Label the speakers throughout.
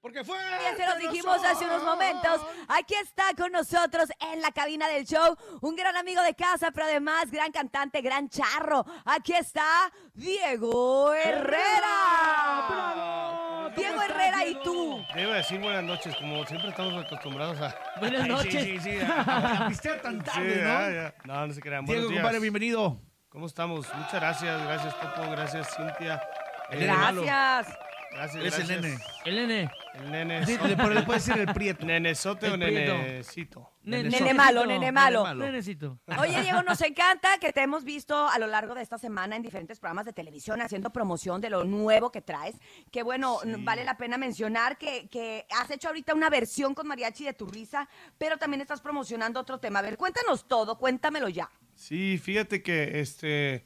Speaker 1: Porque fue.
Speaker 2: Bien, se los dijimos hace unos momentos. Aquí está con nosotros en la cabina del show un gran amigo de casa, pero además gran cantante, gran charro. Aquí está Diego Herrera. Diego Herrera y tú.
Speaker 3: Debo decir buenas noches, como siempre estamos acostumbrados a.
Speaker 4: Buenas
Speaker 3: Ay,
Speaker 4: noches.
Speaker 3: Sí, sí, sí. a- a pistear tan tarde, ¿no?
Speaker 4: ya,
Speaker 3: No, no se crean.
Speaker 4: Diego,
Speaker 3: Buenos días.
Speaker 4: compadre, bienvenido.
Speaker 3: ¿Cómo estamos? Muchas gracias, gracias Topo, gracias Cintia. Eh,
Speaker 2: Gracias.
Speaker 3: Gracias,
Speaker 4: Es el
Speaker 3: gracias.
Speaker 4: nene.
Speaker 5: El nene.
Speaker 3: El nene.
Speaker 4: Sí, le, pero le puedes decir el prieto.
Speaker 3: ¿Nenesote o
Speaker 5: El prieto.
Speaker 3: nenecito?
Speaker 2: Nene malo, nene malo.
Speaker 4: malo.
Speaker 5: Nenecito.
Speaker 2: Oye, Diego, nos encanta que te hemos visto a lo largo de esta semana en diferentes programas de televisión haciendo promoción de lo nuevo que traes. Que bueno, n- vale la pena mencionar que, que has hecho ahorita una versión con mariachi de tu risa, pero también estás promocionando otro tema. A ver, cuéntanos todo, cuéntamelo ya.
Speaker 3: Sí, fíjate que este,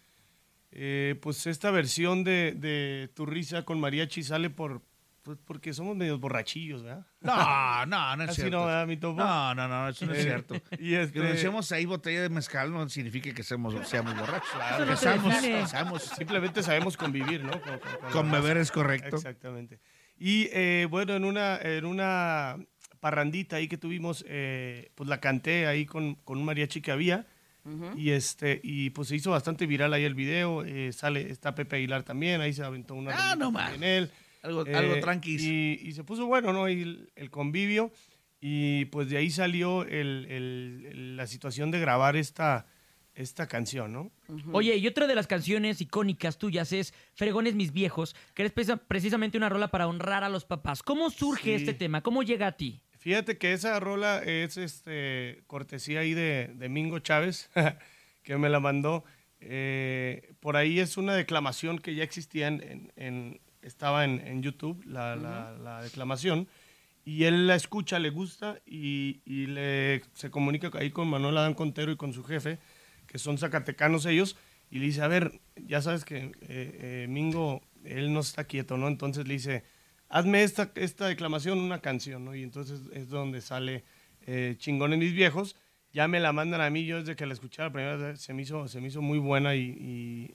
Speaker 3: eh, pues esta versión de, de Tu Risa con Mariachi sale por, pues porque somos medios borrachillos, ¿verdad?
Speaker 4: No, no, no es
Speaker 3: Así
Speaker 4: cierto.
Speaker 3: no, ¿verdad, mi topo?
Speaker 4: No, no, no, eso no es
Speaker 3: Eh,
Speaker 4: cierto.
Speaker 3: y este-
Speaker 4: Que nos echemos ahí botella de mezcal no significa que seamos, seamos borrachos.
Speaker 5: Eso no
Speaker 4: Que
Speaker 5: te
Speaker 4: seamos-
Speaker 5: define.
Speaker 4: seamos-
Speaker 3: Simplemente sabemos convivir, ¿no? Con, con- con
Speaker 4: con
Speaker 3: la
Speaker 4: beber es
Speaker 3: raza.
Speaker 4: correcto.
Speaker 3: Exactamente. Y eh, bueno, en una, en una parrandita ahí que tuvimos, eh, pues la canté ahí con, con un mariachi que había. Y este, y pues se hizo bastante viral ahí el video. eh, sale, está Pepe Aguilar también, ahí se aventó una
Speaker 4: Ah, no
Speaker 3: rolita
Speaker 4: más.
Speaker 3: en él. Eh,
Speaker 4: Algo- algo tranquis.
Speaker 3: Y, y se puso bueno, ¿no? Y el, el convivio. Y pues de ahí salió el- el- el- la situación de grabar esta, esta canción, ¿no?
Speaker 5: Oye, y otra de las canciones icónicas tuyas es Fregones mis viejos, que es presa- precisamente una rola para honrar a los papás. ¿Cómo surge
Speaker 3: Sí.
Speaker 5: este tema? ¿Cómo llega a ti?
Speaker 3: Fíjate que esa rola es este, cortesía ahí de, de Mingo Chávez, que me la mandó. Eh, por ahí es una declamación que ya existía, en, en- en- estaba en, en YouTube, la, la- la declamación. Y él la escucha, le gusta y, y le, se comunica ahí con Manuel Adán Contero y con su jefe, que son zacatecanos ellos, y le dice, a ver, ya sabes que eh, eh, Mingo, él no está quieto, ¿no? Entonces le dice, hazme esta, esta declamación una canción, ¿no? Y entonces es donde sale eh, Chingones Mis Viejos. Ya me la mandan a mí, yo desde que la escuché la primera vez se me hizo, se me hizo muy buena y,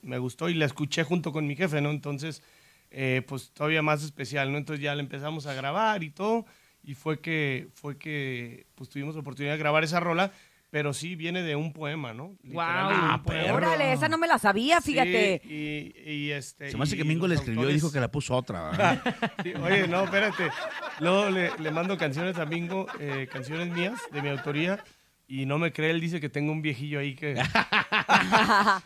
Speaker 3: y me gustó y la escuché junto con mi jefe, ¿no? Entonces, eh, pues todavía más especial, ¿no? Entonces ya la empezamos a grabar y todo y fue que, fue que pues tuvimos oportunidad de grabar esa rola, pero sí viene de un poema, ¿no? Literalmente
Speaker 5: Ah,
Speaker 3: un poema.
Speaker 2: Órale, esa no me la sabía,
Speaker 3: Sí,
Speaker 2: fíjate.
Speaker 3: y, y este,
Speaker 4: Se me hace
Speaker 3: y
Speaker 4: que Mingo le
Speaker 3: los
Speaker 4: escribió y
Speaker 3: autores-
Speaker 4: dijo que la puso otra. ¿verdad?
Speaker 3: Sí, oye, no, espérate. Luego le, le mando canciones a Mingo, eh, canciones mías, de mi autoría, y no me cree, él dice que tengo un viejillo ahí que...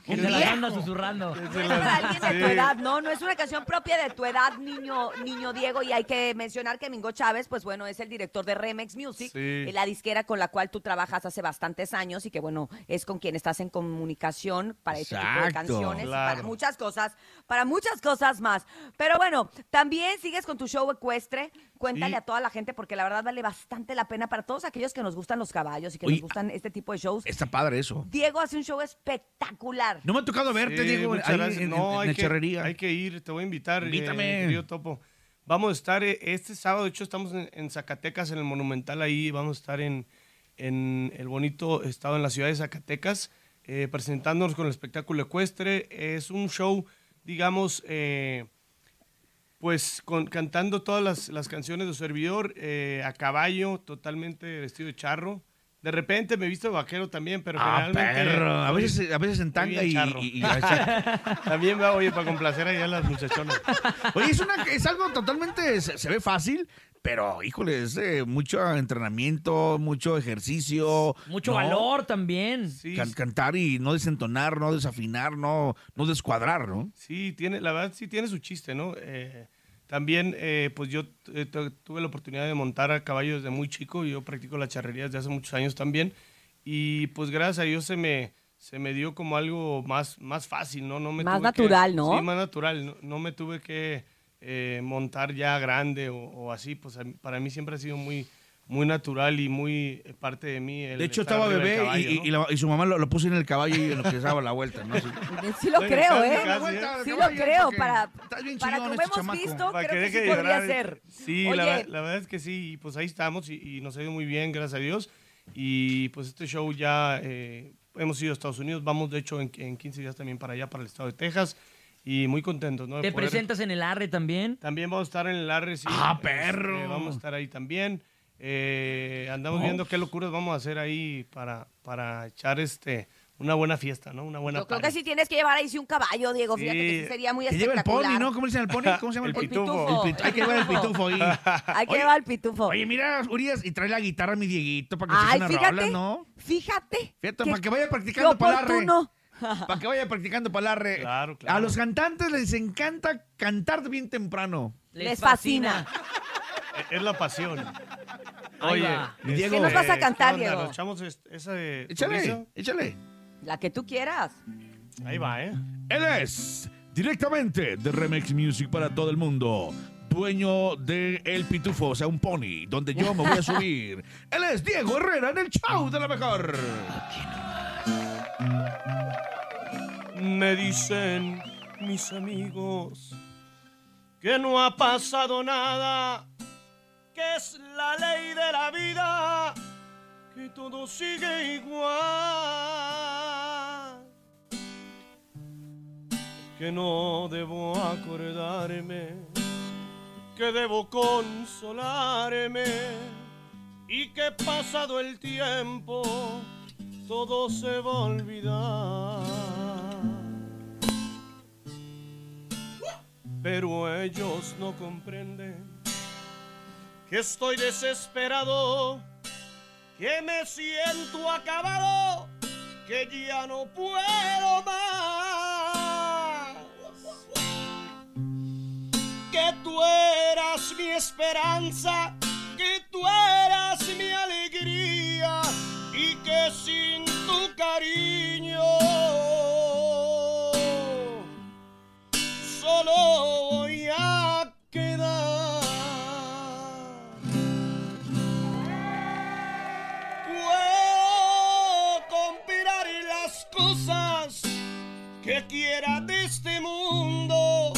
Speaker 5: Que se las anda susurrando.
Speaker 3: que se
Speaker 2: Es
Speaker 3: las-
Speaker 2: para alguien de tu
Speaker 3: Sí.
Speaker 2: edad, no, no es una canción propia de tu edad, niño, niño Diego, y hay que mencionar que Mingo Chávez, pues bueno, es el director de Remex Music,
Speaker 3: Sí.
Speaker 2: eh, la disquera con la cual tú trabajas hace bastantes años y que bueno, es con quien estás en comunicación para este tipo de
Speaker 4: Exacto,
Speaker 2: canciones, y para
Speaker 3: claro.
Speaker 2: muchas cosas, para muchas cosas más. Pero bueno, también sigues con tu show ecuestre, cuéntale
Speaker 3: Sí.
Speaker 2: a toda la gente porque la verdad vale bastante la pena para todos aquellos que nos gustan los caballos y que nos
Speaker 4: Oye,
Speaker 3: ah.
Speaker 2: gustan este tipo de shows.
Speaker 4: Está padre eso.
Speaker 2: Diego hace un show espectacular.
Speaker 4: No me ha tocado verte,
Speaker 3: Sí,
Speaker 4: Diego,
Speaker 3: muchas
Speaker 4: ahí
Speaker 3: gracias.
Speaker 4: en,
Speaker 3: No,
Speaker 4: en- en
Speaker 3: hay
Speaker 4: la
Speaker 3: que,
Speaker 4: charrería.
Speaker 3: Hay que ir, te voy a invitar. eh,
Speaker 4: Invítame.
Speaker 3: querido Topo. Vamos a estar eh, este sábado, de hecho, estamos en, en Zacatecas, en el Monumental ahí. Vamos a estar en, en el bonito estado, en la ciudad de Zacatecas, eh, presentándonos con el espectáculo ecuestre. Es un show, digamos, eh, pues con- cantando todas las, las canciones de su servidor, eh, a caballo, totalmente vestido de charro. De repente me he visto de vaquero también, pero
Speaker 4: Ah,
Speaker 3: generalmente...
Speaker 4: perro. A veces, a veces en tanga
Speaker 3: bien
Speaker 4: y-
Speaker 3: charro.
Speaker 4: y- y
Speaker 3: También va, oye, para complacer allá a las muchachonas.
Speaker 4: Oye, es, una, es algo totalmente, se, se ve fácil, pero híjole, es eh, mucho entrenamiento, mucho ejercicio.
Speaker 5: Mucho
Speaker 4: ¿no?
Speaker 5: valor también.
Speaker 3: Sí,
Speaker 4: Can- cantar y no desentonar, no desafinar, no, no descuadrar, ¿no?
Speaker 3: sí, tiene, la verdad sí tiene su chiste, ¿no? Eh, también, eh, pues yo eh, tu- tuve la oportunidad de montar a caballo desde muy chico, yo practico la charrería desde hace muchos años también, y pues gracias a Dios se me, se me dio como algo más, más fácil, ¿no? no me
Speaker 2: Más
Speaker 3: tuve que-
Speaker 2: natural, ¿no?
Speaker 3: Sí, más natural, no, no me tuve que eh, montar ya grande o, o así, pues a mí- para mí siempre ha sido muy, muy natural y muy eh, parte de mí. el
Speaker 4: De hecho,
Speaker 3: estar
Speaker 4: estaba
Speaker 3: arriba del
Speaker 4: bebé y-
Speaker 3: caballo,
Speaker 4: y,
Speaker 3: ¿no?
Speaker 4: y la- y su mamá lo, lo puso en el caballo y en lo que se daba la vuelta, ¿no? Así.
Speaker 2: Sí lo
Speaker 3: Oye,
Speaker 2: creo,
Speaker 3: casi,
Speaker 2: ¿eh?
Speaker 3: casi, ¿eh?
Speaker 2: Sí lo creo, para,
Speaker 4: Estás bien
Speaker 2: para
Speaker 4: chillón
Speaker 2: como
Speaker 4: este
Speaker 2: hemos
Speaker 4: chamaco.
Speaker 2: visto,
Speaker 3: Para
Speaker 2: creo que,
Speaker 3: deje
Speaker 2: sí
Speaker 3: de
Speaker 2: podría
Speaker 3: llorar.
Speaker 2: ser.
Speaker 3: Sí,
Speaker 2: Oye,
Speaker 3: la, ver- la verdad es que sí, y pues ahí estamos y, y nos ha ido muy bien, gracias a Dios. Y pues este show ya eh, hemos ido a Estados Unidos, vamos de hecho en, en 15 días también para allá, para el estado de Texas. y muy contentos, ¿no? de
Speaker 5: ¿Te
Speaker 3: poder-
Speaker 5: presentas en el arre también?
Speaker 3: También vamos a estar en el Arre, sí.
Speaker 4: ¡Ah,
Speaker 3: Este,
Speaker 4: perro!
Speaker 3: vamos a estar ahí también. Eh, andamos
Speaker 4: No,
Speaker 3: viendo qué locuras vamos a hacer ahí para, para echar este una buena fiesta, ¿no? Una buena
Speaker 2: Yo creo que
Speaker 3: party.
Speaker 2: sí tienes que llevar ahí sí un caballo, Diego. Fíjate que
Speaker 3: Sí.
Speaker 2: sí sería muy
Speaker 4: Que lleva el
Speaker 2: espectacular.
Speaker 4: pony, ¿no? ¿Cómo le dicen al pony? ¿Cómo se llama el, pony?
Speaker 3: El pitufo. pitufo.
Speaker 4: El pitufo. Hay que llevar el pitufo ahí.
Speaker 2: Hay que
Speaker 4: Oye,
Speaker 2: llevar el pitufo.
Speaker 4: Oye, mira, Urias, y trae la guitarra mi Dieguito para que se
Speaker 2: Ay,
Speaker 4: eche una
Speaker 2: fíjate,
Speaker 4: rola, ¿no?
Speaker 2: fíjate.
Speaker 4: Fíjate,
Speaker 2: Qué-
Speaker 4: para que vaya
Speaker 2: qué
Speaker 4: practicando palarre.
Speaker 2: oportuno.
Speaker 4: Para que vaya practicando palarre.
Speaker 3: Claro, claro.
Speaker 4: A los cantantes les encanta cantar bien temprano.
Speaker 2: Les fascina.
Speaker 3: Eh, Es- Es la pasión. Oye,
Speaker 5: Ahí va.
Speaker 4: ¿Qué Diego,
Speaker 2: nos vas a
Speaker 3: ¿qué
Speaker 2: cantar,
Speaker 3: onda?
Speaker 2: Diego?
Speaker 3: ¿Nos echamos es- esa de
Speaker 4: Échale,
Speaker 3: chorizo?
Speaker 4: échale.
Speaker 2: La que tú quieras.
Speaker 3: Ahí va, ¿eh?
Speaker 4: Él es directamente de Remix Music para todo el mundo. Dueño de El Pitufo, o sea, un pony, donde yo me voy a subir. Él es Diego Herrera en el show de la mejor.
Speaker 2: Ah.
Speaker 3: Me dicen mis amigos que no ha pasado nada, que es la ley de la vida, que todo sigue igual. Que no debo acordarme, que debo consolarme y que pasado el tiempo todo se va a olvidar. Pero ellos no comprenden que estoy desesperado, que me siento acabado, que ya no puedo más. Que tú eras mi esperanza, que tú eras mi alegría y que sin tu cariño solo voy a quedar. Puedo combinar las cosas que quiera de este mundo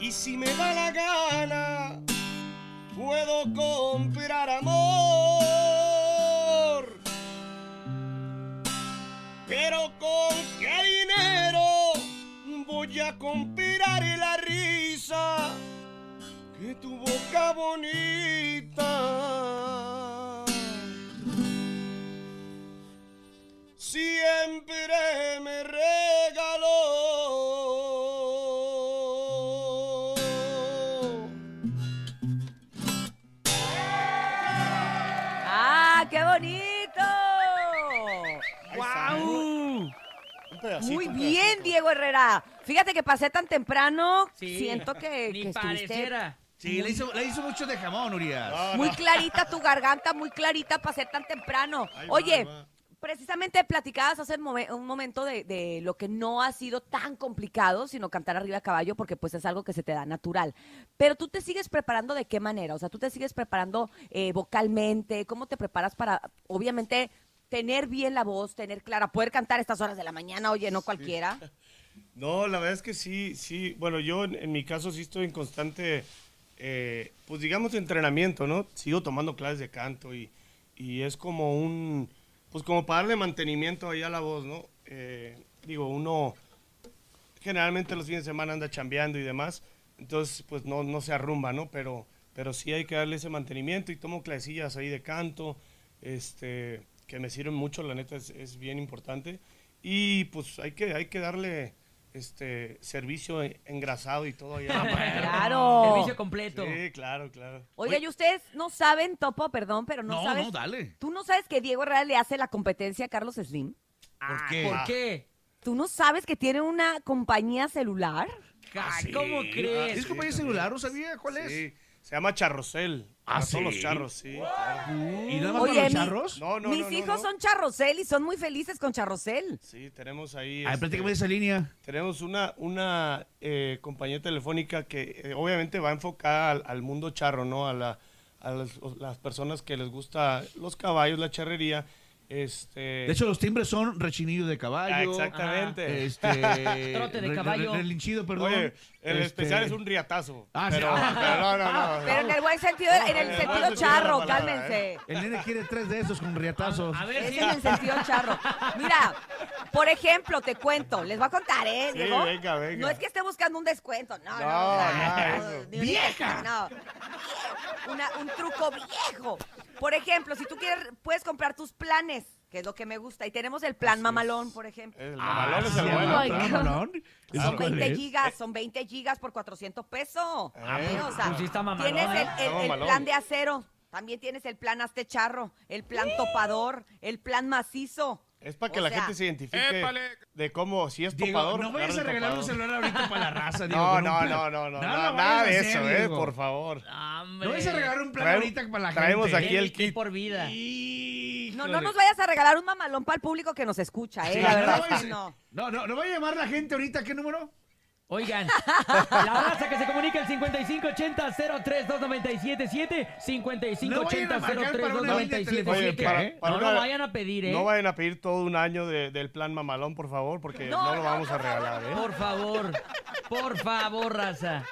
Speaker 3: y si me da la gana puedo comprar amor. Pero con qué dinero voy a comprar la risa que tu boca bonita siempre me regaló.
Speaker 2: ¡Ah, qué bonito!
Speaker 5: ¡Guau!
Speaker 2: Muy bien, Diego Herrera. Fíjate que pasé tan temprano.
Speaker 5: Sí.
Speaker 2: Siento que,
Speaker 5: Ni
Speaker 2: que estuviste
Speaker 5: pareciera.
Speaker 4: Sí, le hizo, le hizo mucho de jamón, Urias.
Speaker 3: Ah,
Speaker 2: muy clarita tu garganta, muy clarita para ser tan temprano. Oye, precisamente platicabas hace un momen- un momento de, de lo que no ha sido tan complicado, sino cantar arriba de caballo, porque pues es algo que se te da natural. Pero tú te sigues preparando de qué manera? O sea, tú te sigues preparando eh, vocalmente, ¿cómo te preparas para, obviamente, tener bien la voz, tener clara, poder cantar estas horas de la mañana, oye, no cualquiera?
Speaker 3: No, la verdad es que sí, sí. Bueno, yo en, en mi caso sí estoy en constante, eh, pues digamos, entrenamiento, ¿no? Sigo tomando clases de canto y, y es como un, pues como para darle mantenimiento ahí a la voz, ¿no? Eh, digo, uno generalmente los fines de semana anda chambeando y demás, entonces pues no, no se arrumba, ¿no? Pero, pero sí hay que darle ese mantenimiento y tomo clasillas ahí de canto, este, que me sirven mucho, la neta es, es bien importante. Y pues hay que, hay que darle este servicio e- engrasado y todo. ahí a la pareja.
Speaker 2: Claro.
Speaker 5: Servicio completo.
Speaker 3: Sí, claro, claro.
Speaker 2: Oiga, y ustedes no saben, Topo, perdón, pero no,
Speaker 4: No,
Speaker 2: sabes.
Speaker 4: no, dale.
Speaker 2: ¿Tú no sabes que Diego Herrera le hace la competencia a Carlos Slim?
Speaker 5: Ah,
Speaker 4: qué?
Speaker 5: ¿Por qué?
Speaker 2: ¿Tú no sabes que tiene una compañía celular?
Speaker 5: Ja, ¿Cómo
Speaker 4: ah,
Speaker 5: crees?
Speaker 4: ¿Es compañía celular? No sabía cuál es.
Speaker 3: Sí, se llama Charrosel.
Speaker 4: Ah,
Speaker 3: para todos
Speaker 4: ¿sí?
Speaker 3: los charros, sí. claro.
Speaker 4: ¿Y nada más
Speaker 2: Oye,
Speaker 4: para los
Speaker 2: mi-
Speaker 4: charros?
Speaker 3: No, no,
Speaker 2: Mis
Speaker 3: no, no,
Speaker 2: hijos
Speaker 3: no.
Speaker 2: son Charrosel y son muy felices con Charrosel.
Speaker 3: Sí, tenemos ahí.
Speaker 4: A ver,
Speaker 3: este,
Speaker 4: platícame de esa línea.
Speaker 3: Tenemos una, una eh, compañía telefónica que eh, obviamente va enfocada al, al mundo charro, ¿no? A, la- a las, las personas que les gusta los caballos, la charrería. Este,
Speaker 4: De hecho, los timbres son rechinillo de caballo.
Speaker 3: ah, exactamente.
Speaker 1: Eh,
Speaker 4: Este,
Speaker 5: Trote de
Speaker 4: re- re-
Speaker 5: caballo.
Speaker 4: relinchido, perdón.
Speaker 3: Oye, el
Speaker 4: Este,
Speaker 3: especial es un riatazo.
Speaker 4: Ah, sí.
Speaker 3: pero, pero no, no, no. no.
Speaker 2: Ah, Pero en el buen sentido, en
Speaker 3: Ah,
Speaker 2: el sentido charro,
Speaker 3: ¿eh?
Speaker 2: cálmense.
Speaker 4: El nene quiere tres de esos con riatazos.
Speaker 5: A ver
Speaker 2: Es
Speaker 5: si.
Speaker 2: en el sentido charro. Mira, por ejemplo, te cuento, les voy a contar, ¿eh?
Speaker 3: Sí,
Speaker 2: Diego?
Speaker 3: venga, venga.
Speaker 2: No es que esté buscando un descuento, no, no.
Speaker 3: No,
Speaker 2: no,
Speaker 3: no, eso.
Speaker 2: ni un- No. Una- un truco viejo. Por ejemplo, si tú quieres, puedes comprar tus planes, que es lo que me gusta. Y tenemos el plan mamalón, por ejemplo.
Speaker 3: El mamalón es el
Speaker 4: ¿se
Speaker 3: bueno.
Speaker 4: llama
Speaker 1: Ay,
Speaker 4: Plan
Speaker 1: God.
Speaker 4: Malón? ¿Eso
Speaker 2: Son
Speaker 4: cuál
Speaker 2: 20
Speaker 4: es?
Speaker 2: gigas, son 20 gigas por 400 pesos. Sí, o sea,
Speaker 5: pues sí está mamalón,
Speaker 2: tienes el,
Speaker 5: ¿eh?
Speaker 2: el-
Speaker 3: Está
Speaker 2: el
Speaker 3: mamalón.
Speaker 2: plan de acero, también tienes el plan hazte charro, el plan topador, el plan macizo.
Speaker 3: Es para que
Speaker 2: O
Speaker 3: la
Speaker 2: sea,
Speaker 3: gente se identifique de cómo, si es
Speaker 1: Diego,
Speaker 3: topador.
Speaker 1: no vayas a
Speaker 3: agarra el
Speaker 1: regalar un
Speaker 3: topador.
Speaker 1: celular ahorita para la raza, Diego.
Speaker 3: No,
Speaker 1: con un
Speaker 3: no,
Speaker 1: plan.
Speaker 3: no, no, no,
Speaker 1: lo
Speaker 3: nada,
Speaker 1: vayas
Speaker 3: nada
Speaker 1: a
Speaker 3: de
Speaker 1: hacer,
Speaker 3: eso, eh,
Speaker 1: Diego.
Speaker 3: por favor.
Speaker 5: Ah, Hombre.
Speaker 1: No vayas a regalar un plan
Speaker 3: Traemos-
Speaker 1: ahorita para la
Speaker 3: traemos
Speaker 1: gente.
Speaker 3: aquí el kit.
Speaker 5: por vida.
Speaker 2: No, no nos vayas a regalar un mamalón para el público que nos escucha, ¿eh?
Speaker 3: Sí,
Speaker 2: la
Speaker 3: no
Speaker 2: verdad es
Speaker 1: vayas-
Speaker 2: que no.
Speaker 1: No, no, no va a llamar la gente ahorita, ¿qué número?
Speaker 5: Oigan, la raza que se comunica el 5580-032977,
Speaker 1: No vayan a marcar para una línea
Speaker 3: Oye, ¿eh?
Speaker 1: ¿Qué?
Speaker 3: para,
Speaker 4: ¿Eh?
Speaker 5: 5580-032977.
Speaker 3: para
Speaker 5: No
Speaker 3: una-
Speaker 5: lo vayan a pedir, ¿eh?
Speaker 3: No vayan a pedir todo un año de- del plan mamalón, por favor, porque
Speaker 2: No,
Speaker 3: no,
Speaker 2: no,
Speaker 3: lo vamos
Speaker 2: por
Speaker 3: a regalar, ¿eh?
Speaker 5: Por favor, por favor, raza.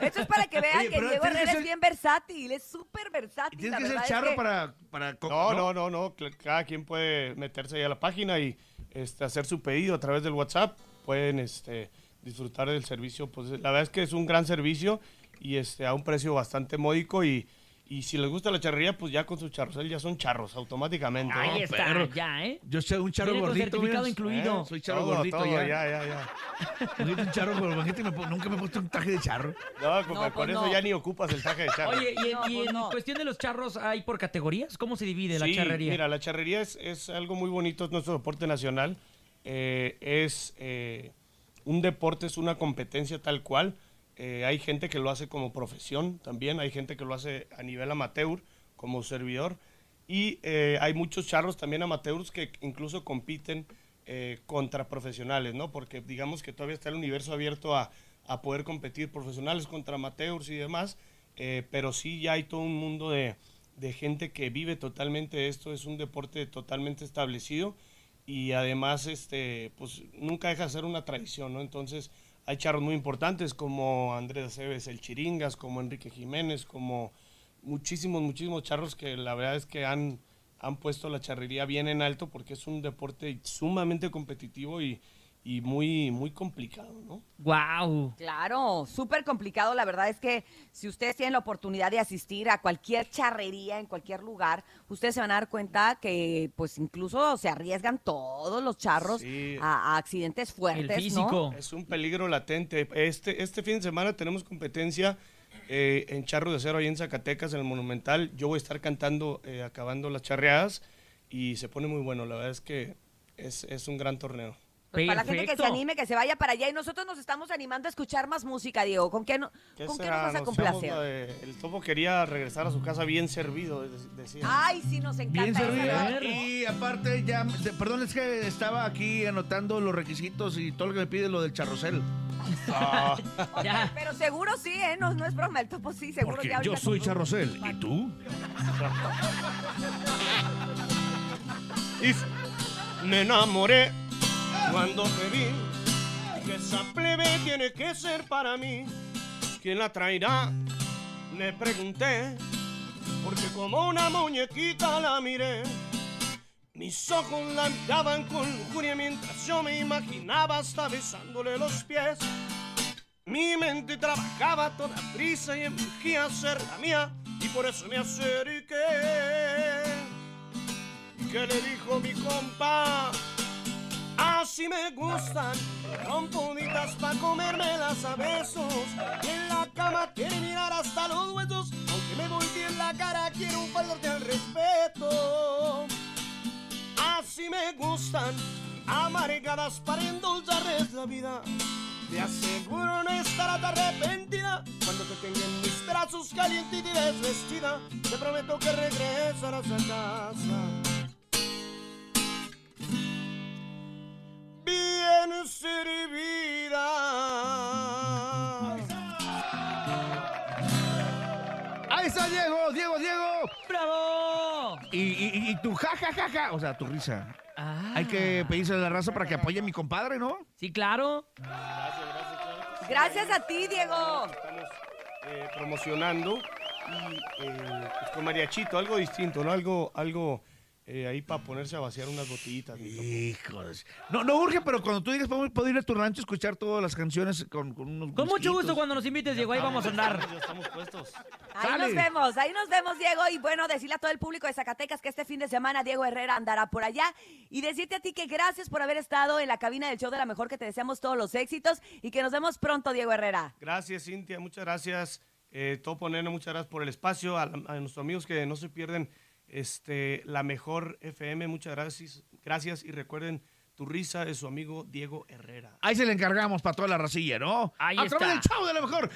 Speaker 2: Esto es para que vean
Speaker 1: Oye,
Speaker 2: que
Speaker 1: pero
Speaker 2: Diego
Speaker 1: tienes que
Speaker 2: Herrera es
Speaker 1: ser-
Speaker 2: bien versátil, es súper versátil.
Speaker 1: Tienes que
Speaker 2: la
Speaker 1: ser
Speaker 2: verdad es
Speaker 1: charro
Speaker 2: que-
Speaker 1: para, para... co-
Speaker 3: No, no, no, no. cl- Cada quien puede meterse ahí a la página y este, hacer su pedido a través del WhatsApp. Pueden este, disfrutar del servicio. Pues la verdad es que es un gran servicio y este, a un precio bastante módico. Y, y si les gusta la charrería, pues ya con sus charros, él ya son charros automáticamente. ¿no?
Speaker 5: Ahí está,
Speaker 4: perro.
Speaker 5: ya, ¿eh?
Speaker 4: Yo soy un charro
Speaker 5: Viene con
Speaker 4: gordito.
Speaker 5: certificado
Speaker 4: mira.
Speaker 5: incluido.
Speaker 4: Eh, Soy charro
Speaker 3: Todo,
Speaker 4: gordito
Speaker 3: todo,
Speaker 4: ya.
Speaker 3: ya, ya, ya.
Speaker 4: Soy un charro gordito y me pon- nunca me he puesto un traje de charro.
Speaker 3: No, con,
Speaker 2: No,
Speaker 3: con
Speaker 2: pues
Speaker 3: eso
Speaker 2: no.
Speaker 3: ya ni ocupas el traje de charro.
Speaker 5: Oye, y, en-
Speaker 2: No,
Speaker 5: y
Speaker 2: pues
Speaker 5: en
Speaker 2: no.
Speaker 5: cuestión de los charros, ¿hay por categorías? ¿Cómo se divide la
Speaker 3: Sí,
Speaker 5: charrería?
Speaker 3: Mira, la charrería es, es algo muy bonito, es nuestro deporte nacional. Eh, es eh, un deporte, es una competencia tal cual. Eh, hay gente que lo hace como profesión también, hay gente que lo hace a nivel amateur, como servidor. Y eh, hay muchos charros también amateurs que incluso compiten eh, contra profesionales, ¿no? Porque digamos que todavía está el universo abierto a, a poder competir profesionales contra amateurs y demás, eh, pero sí ya hay todo un mundo de, de gente que vive totalmente esto, es un deporte totalmente establecido y además este, pues, nunca deja de ser una tradición, ¿no? Entonces hay charros muy importantes como Andrés Aceves el Chiringas, como Enrique Jiménez, como muchísimos, muchísimos charros que la verdad es que han, han puesto la charrería bien en alto porque es un deporte sumamente competitivo y, y muy, muy complicado, ¿no?
Speaker 5: ¡Wow!
Speaker 2: Claro, súper complicado. La verdad es que si ustedes tienen la oportunidad de asistir a cualquier charrería en cualquier lugar, ustedes se van a dar cuenta que, pues, incluso se arriesgan todos los charros
Speaker 3: Sí.
Speaker 2: a, a accidentes fuertes,
Speaker 5: El
Speaker 2: ¿no?
Speaker 5: físico.
Speaker 3: Es un peligro latente. Este, este fin de semana tenemos competencia eh, en Charro de Acero ahí en Zacatecas, en el Monumental. Yo voy a estar cantando, eh, acabando las charreadas y se pone muy bueno. La verdad es que es, es un gran torneo.
Speaker 2: Pues, para la gente que se
Speaker 5: Perfecto.
Speaker 2: anime, que se vaya para allá. Y nosotros nos estamos animando a escuchar más música, Diego. ¿Con qué, no- ¿con qué nos
Speaker 3: será?
Speaker 2: vas a
Speaker 3: Nos quedamos
Speaker 2: complacer?
Speaker 3: la de- el topo quería regresar a su casa bien servido, de- decía.
Speaker 2: Ay, sí, nos encanta
Speaker 4: Bien
Speaker 2: esa,
Speaker 4: servida.
Speaker 2: ¿verdad?
Speaker 4: Y aparte ya, de- perdón, es que estaba aquí anotando los requisitos y todo lo que me pide lo del charrocel.
Speaker 3: Ah.
Speaker 2: Oye,
Speaker 5: Ya.
Speaker 2: Pero seguro sí, ¿eh? No, no es broma, el topo sí, seguro ya ahorita compró-
Speaker 4: charrocel. ¿Y tú?
Speaker 3: Dice, me enamoré cuando te vi que esa plebe tiene que ser para mí. ¿Quién la traerá? Le pregunté, porque como una muñequita la miré. Mis ojos la miraban con lujuria mientras yo me imaginaba hasta besándole los pies. Mi mente trabajaba a toda prisa y emergía a ser la mía, y por eso me acerqué. ¿Qué le dijo mi compa? Así me gustan, rompuditas pa' comérmelas a besos. Y en la cama quiere mirar hasta los huesos, aunque me voltee en la cara quiero un faltarte al respeto. Así me gustan, amargadas para endulzarles la vida. Te aseguro no estarás arrepentida cuando te tenga en mis brazos calientita y desvestida. Te prometo que regresarás a casa. bien servida.
Speaker 4: Ahí está Diego, Diego, Diego.
Speaker 5: ¡Bravo! ¡Eso!
Speaker 4: Y, y, y tu ja, ja, ja, ja, o sea, tu risa.
Speaker 5: Ah.
Speaker 4: Hay que pedirse a la raza para que apoye a mi compadre, ¿no?
Speaker 5: Sí, claro.
Speaker 2: Gracias a ti, Diego.
Speaker 3: Estamos eh, promocionando y eh, pues, con mariachito, algo distinto, ¿no? Algo, algo eh, ahí para ponerse a vaciar unas botellitas. mi topo.
Speaker 4: Hijos. No, no urge, pero cuando tú digas, ¿puedo, puedo ir a tu rancho a escuchar todas las canciones con, con unos
Speaker 5: Con mucho gusto
Speaker 4: gustitos?
Speaker 5: cuando nos invites, Diego. Ahí vamos a andar.
Speaker 3: Ya estamos puestos.
Speaker 2: Ahí nos
Speaker 4: Sale.
Speaker 2: vemos, ahí nos vemos, Diego. Y bueno, decirle a todo el público de Zacatecas que este fin de semana Diego Herrera andará por allá. Y decirte a ti que gracias por haber estado en la cabina del show de la mejor, que te deseamos todos los éxitos y que nos vemos pronto, Diego Herrera.
Speaker 3: Gracias, Cintia, muchas gracias. Eh, Topo Nene, muchas gracias por el espacio. A, la- a nuestros amigos que no se pierden este, la mejor FM, muchas gracias. Gracias y recuerden, tu risa de su amigo Diego Herrera.
Speaker 4: Ahí se le encargamos para toda la racilla, ¿no?
Speaker 5: Ahí
Speaker 4: a través
Speaker 5: está.
Speaker 4: del show de la mejor.